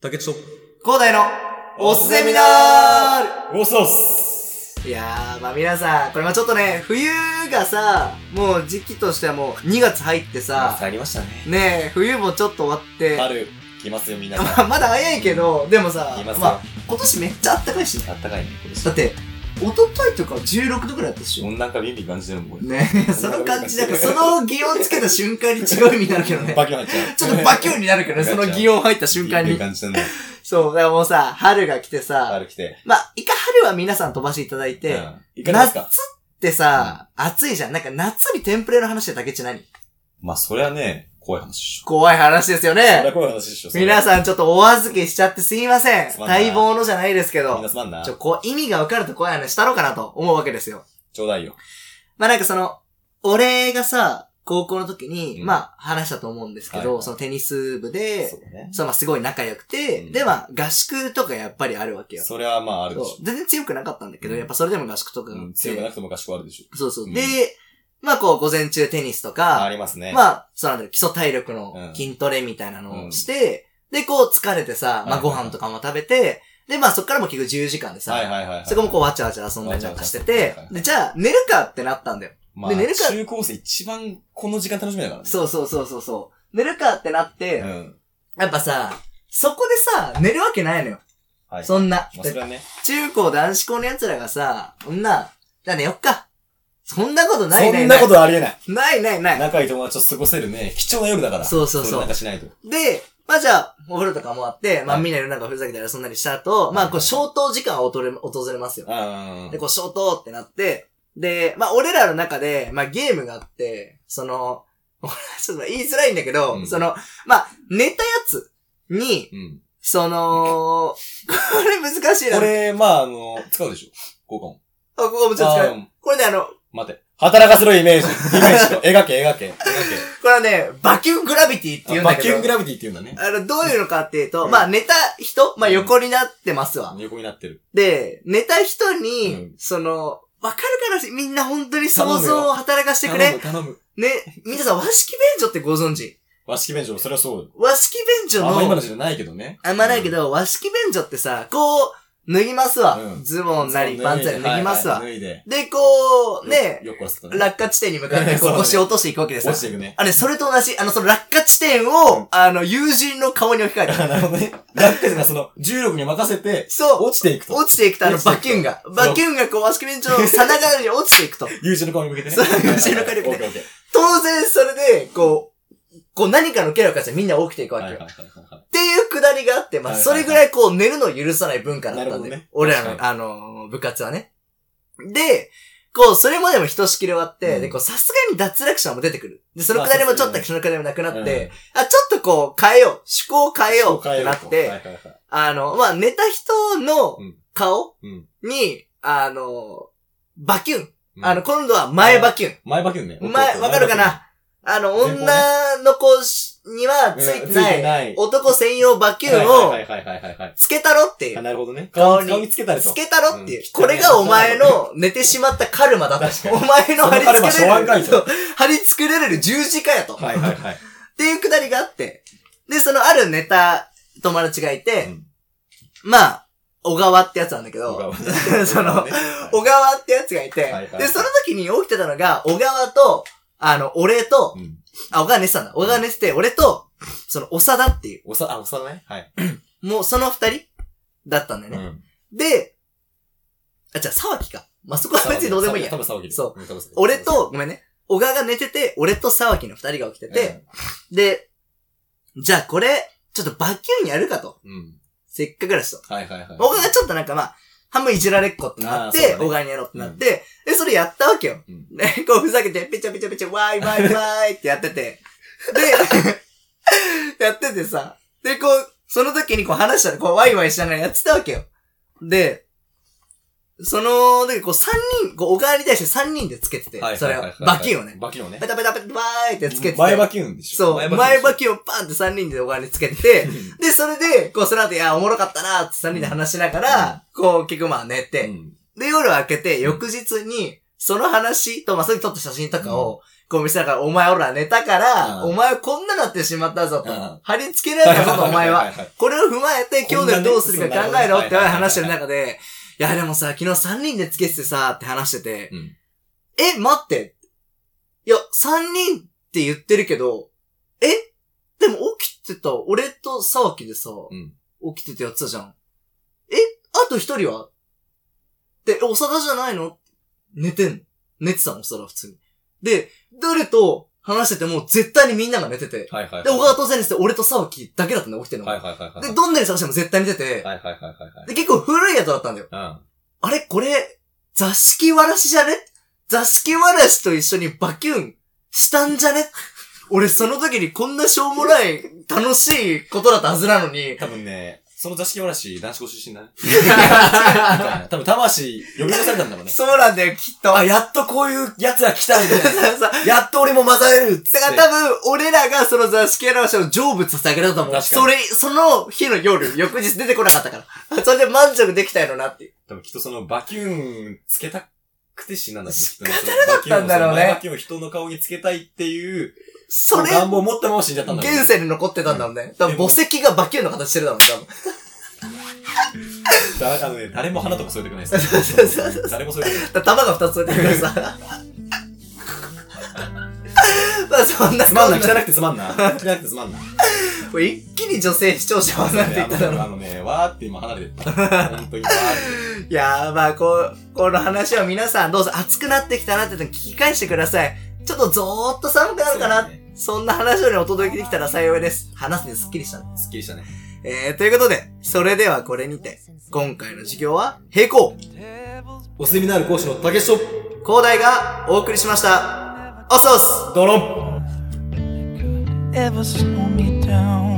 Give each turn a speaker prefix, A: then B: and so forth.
A: 竹内と。
B: 広大のおすセミナ
A: おそっす。
B: ールいやー、まあ皆さん、これはちょっとね、冬がさ、もう時期としてはもう2月入ってさ、
A: 下がりましたね。
B: ねえ、冬もちょっと終わって、
A: 春、来ますよ、みんな。
B: まあまだ早いけど、でもさ
A: 来、ますよ
B: まあ。今年めっちゃ暖かいしね。
A: あったかいね、今年
B: だって、一昨日とか16度くらいだったでしょ
A: 温暖化ビンビン感じてるもん、こ
B: ね え、その感じ、なんかその擬音つけた瞬間に違う意味になるけど
A: れ。
B: ね。
A: バキバキになっちゃう。
B: ちょっとバキュンになるけどね、その擬音入った瞬
A: ビ
B: 間
A: ンビン
B: に。
A: 感じてるね。
B: そう、だからもうさ、春が来てさ、
A: 春来て。
B: まあ、一回春は皆さん飛ばしていただいて、
A: うん、いかがです
B: 夏っ
A: か
B: てさ、暑いじゃん。なんか夏にテンプレの話でだけち何
A: まあ、そりゃね、怖い話でしょ。
B: 怖い話ですよ
A: そりゃ
B: ね。
A: 怖い話でしょ。そりゃ
B: 皆さんちょっとお預けしちゃってすいません。
A: すまんな
B: 待望のじゃないですけ
A: みん
B: ど
A: な、すまんな
B: ち。ょ、こう意味がわかると怖い話したろうかなと思うわけですよ。
A: ちょうだいよ。
B: まあなんかその、俺がさ、高校の時に、
A: うん
B: まあ話したと思うんですけ
A: はい
B: ど、
A: はい
B: そのテニス部で、
A: そうだね。
B: そう、まあすごい仲良くて、
A: うん
B: で、まあ合宿とかやっぱりあるわけよ。
A: そりゃ、まあ、あるでし
B: そう全然強くなかったんだけど、やっぱそれでも合宿と
A: ょ。
B: か
A: う
B: があっ
A: ん、
B: て
A: 強くなくても賢くあるでし
B: そうそう。
A: うん
B: で、まあこう午前中テニスと
A: ょ。あ
B: か、
A: りますね。
B: まあ、そうなんだよ、基礎体力の
A: うん
B: 筋トレみたいなのをして、で、こう疲れてさ、まあ
A: はいは
B: ご
A: いはい
B: 飯とかも食べて、で、まあそっからも結局10時間でさ、
A: はいはいはいはい。
B: そこもこうわちゃわちゃ遊んだりなんかしてて
A: わちゃわちゃはいは、い
B: で、じゃあ寝るかってなったんだよ。
A: まあ、
B: で寝るから
A: 中高生一番この時間楽しみだからね。
B: そうそうそうそうそう。寝るかってなって、
A: うん。
B: やっぱさ、そこでさ、寝るわけないのよ。
A: はい。
B: そんな。
A: まあ、それはね。
B: 中高男子校の奴らがさ、そんな、じゃあ寝よっか。そんなことない
A: そ
B: ない
A: んなことはありえない。
B: と。ないないない。
A: 仲いい友達と過ごせるね、貴重な夜だから。
B: そうそうそう
A: れなんかしないと。
B: で、まあじゃあ、お風呂とかもあって、まあ
A: はい
B: みんな夜中ふざけたり遊んだりした後、
A: い
B: まあこう消灯時間を訪れ、訪れますよ。
A: あ
B: で、こう消灯ってなって、で、まあ俺らの中で、まあゲームがあって、その、 ちょっと言いづらいんだけど、
A: うん
B: その、まあ、寝たやつに、
A: うん。
B: その、こ れ難しいな。
A: これ、まあ、あの、使うでしょ交換音。
B: あ、ここもちょっと使う。
A: あー
B: これね、あの、
A: 待って。働かせろイメー ジ。イメージと。描け、描け、描
B: これはね、バキュングラビティって
A: け。
B: 言うん
A: バ
B: だけ
A: キ
B: ど。
A: ュングラビティって言うんだね。
B: あの、どういうのかっていうと、
A: うん
B: まあ、寝た人、まあ、
A: うん
B: 横になってますわ。
A: 横になってる。
B: で、寝た人に、
A: うん
B: その、わかるからみんな本当に想像を働かしてく
A: 頼
B: れ。
A: む、頼む。
B: ね、皆さん和式便所ってご存知
A: 和式弁償、それはそう
B: 和式便所
A: よ。あんま今の
B: の、
A: 時代ないけどね。
B: あんまないけど、和式便所ってさ、こう、脱ぎますわ。
A: うん
B: ズボ
A: うん、
B: ンなり、パンツなり脱ぎますわ。
A: はいはい脱いで。
B: で、こう、ね、
A: よっこらせたね。
B: 落下地点に向かってこう
A: そうね
B: 腰を落としていくわけです
A: 落ちていくね。
B: あれ、それと同じ、あの、その落下地点を、あの、友人の顔に置き換え
A: あ
B: た。
A: なるほどね。だってがその、重力に任せて、
B: そう。
A: 落ちていくと。
B: 落ちていくと、あの、
A: 落ちてい
B: バ
A: くと
B: キュンが。
A: う
B: バキュンがこう、和式便所のさながらに落ちていくと。
A: 友人の顔に向けてね。
B: そう友人の顔に向けて
A: オッケーオッケー
B: 当然それで、こう、こう何かのケロからしてみんな起きていくわけ
A: はい
B: よ。
A: はいは
B: っ
A: いは
B: ていうくだりがあって、まあ
A: はい
B: それぐらいこう寝るのを許さない文化だっ
A: な
B: た
A: る
B: ん
A: ほ
B: で、
A: どね
B: 俺らの、
A: 確
B: あのー部活はね。で、こう、それまでもひとしきり終わって、
A: うん
B: で、こう、さすがに脱落者も出てくる。で、そのくだりもちょっと、
A: まあ
B: そのくだりもなくなっ
A: い。
B: て、あ、ちょっとこう、変えよう。趣向を変え
A: うん、
B: ようってなっ
A: はい
B: て、
A: はいはい
B: あの、まあ、寝た人の
A: うん
B: 顔
A: うん
B: に、あの、バキュン。
A: うん
B: あの、、今度は前バキュン。
A: 前バキュンね。
B: 前、わかるかなあの、
A: 前方ね
B: 女の子にはついてない、
A: ない
B: 男専用バキュ
A: は
B: ン
A: い
B: を
A: はいはいはいはいはい。
B: つけたろってい
A: あ
B: う。
A: なるほどね。
B: 顔
A: 顔
B: に
A: に、顔につけたりと。
B: つけたろっていう
A: うん。
B: これがお前の寝てしまったカルマだと
A: 確か。に
B: お
A: そ
B: 前の
A: の
B: 貼
A: カル
B: り
A: マ
B: 付けられ
A: 昭和会
B: る
A: 長。
B: 貼り付けられる十字架やと。
A: はいはいはい。
B: っていうくだりがあって。で、そのあるネタ友達がいて、
A: うん
B: まあ、小川ってやつなんだけど、その小
A: お
B: 川ってやつがいて、
A: いはいはい
B: で、その時に起きてたのが、小川と、あの、俺と、
A: うん。
B: あ、小川寝てたんだ。小川寝てて、俺と、その、長田っていう、
A: おさ、あ、おさね。はい。
B: もうその二人だったんだよ
A: う
B: ね。
A: ん。
B: で、あ、じゃあ、沢木か。まあ、そこは別にどうでもいいや
A: 多。分騒ぎ。
B: そ
A: うん。多分騒ぎ
B: 俺、と、ごめんね。小川が寝てて、俺と沢木の二人が起きてて、で、じゃあこれ、ちょっとバキュンやるかと。
A: うん、うん。
B: せっかくだしと。
A: はいはいはい。
B: 小川がちょっとなんかまあ、半分いじられっ子ってなっ
A: あーそう
B: て、
A: だね
B: 小川にやろうってなって、で、それやったわけよ。
A: うん
B: ね、こうふざけて、ぺちゃぺちゃぺちゃ、わーいわーいわーいってやってて。で、 やっててさ、で、こう、その時にこう話したら、こうワイワイしながらやってたわけよ。で、その、で、こう三人、こう小川に対して三人でつけてて
A: はい、
B: そ
A: はい
B: れ
A: はいはい
B: を、バキンをね。
A: バキュンをね
B: ペ。タペタペタ、わーいってつけてて。
A: 前バキュンでしょ。
B: そう、前バ
A: キ
B: キをパンって3人でお金つけて、
A: ュ
B: で、それで、こう、その後、いや、おもろかったなって3人で話しながら、こう、結局まあ寝て、
A: ン。うん。
B: で、夜明けて、翌日に、その話と、まあ、それ撮った写真とかを、こう見せながら、お前ほら寝たから、
A: うん
B: お前はこんななってしまったぞと。
A: うん
B: 貼り付け られた ぞと、お前は。
A: い
B: これを踏まえて、今日でどうするか考えろって
A: はいはいはい
B: 話してる中で、いや、でもさ、昨日3人でつけててさ、って話してて、
A: うん
B: え、待って。いや、3人って言ってるけど、えでも起きてた、俺と沢木でさ、
A: ん
B: 起きててやってたじゃん。えあと1人はで、え長田じゃないの寝てんの寝てたの長田普通に。で、誰と話してても絶対にみんなが寝てて。
A: はいはい。
B: で、小川当然です俺と沢木だけだったんだよ、起きてるの
A: はい
B: が。
A: はいはいはい。
B: で、どんなに探しても絶対に出て、
A: はいはいはいはいはい。
B: で、結構古いやつだったんだよ。
A: うん。
B: あれ、これ、座敷わらしじゃね座敷わらしと一緒にバキュンしたんじゃね俺、その時にこんなしょうもない、楽しいことだったはずなの に。
A: 多分ね、その座敷話、男子ご出身 だね。みたいな多分魂、呼び戻されたんだろうね。
B: そうなんだよ、きっと。
A: あ、やっとこう いう奴が来たみたい な。
B: そうそう
A: やっと俺も混ざれるっつって。
B: だから多分、俺らがその座敷表彰の成仏してあげたと
A: 確
B: 思
A: か
B: う。
A: に
B: それ、その日の夜、翌日出てこなかったから。それで満足できたやろなっていう。
A: 多分きっとそのバキューンつけたくて死んだんだろうね。
B: 仕
A: 仕
B: 方なかったんだろうね
A: バキューンを人の顔につけたいっていう、
B: それ、
A: 願望を持ったまま死んじゃったんだろうね。
B: 現世に残ってたんだろうね。多分、
A: でも
B: 墓石がバキューンの形してるだろうね、多分。
A: だあのね、誰も花とか添えてくれないで
B: そうそうそうそ
A: す。誰も添えて くれない。
B: だから玉が二つ出てるか らさ。まあ、そんな
A: つまんな、
B: そ
A: 汚 くてつまんな。汚くてつまんな。
B: これ一気に女性視聴者はなんて言っただろう。
A: あのね、わーって今離れてった。 本当にわーっ
B: いやーまあこう、この話を皆さんどうぞ熱くなってきたなっての聞き返してください。ちょっとゾーっと寒くなるかな。
A: そうだね
B: そんな話よりお届けできたら幸いです。話すにすっきりしたね。
A: て。すっきりしたね。
B: えー、ということで、それではこれにて、今回の授業は、平行
A: お墨のある講師の竹下
B: 広大がお送りしました。おっすおっす
A: ドロン
C: ever slow me down.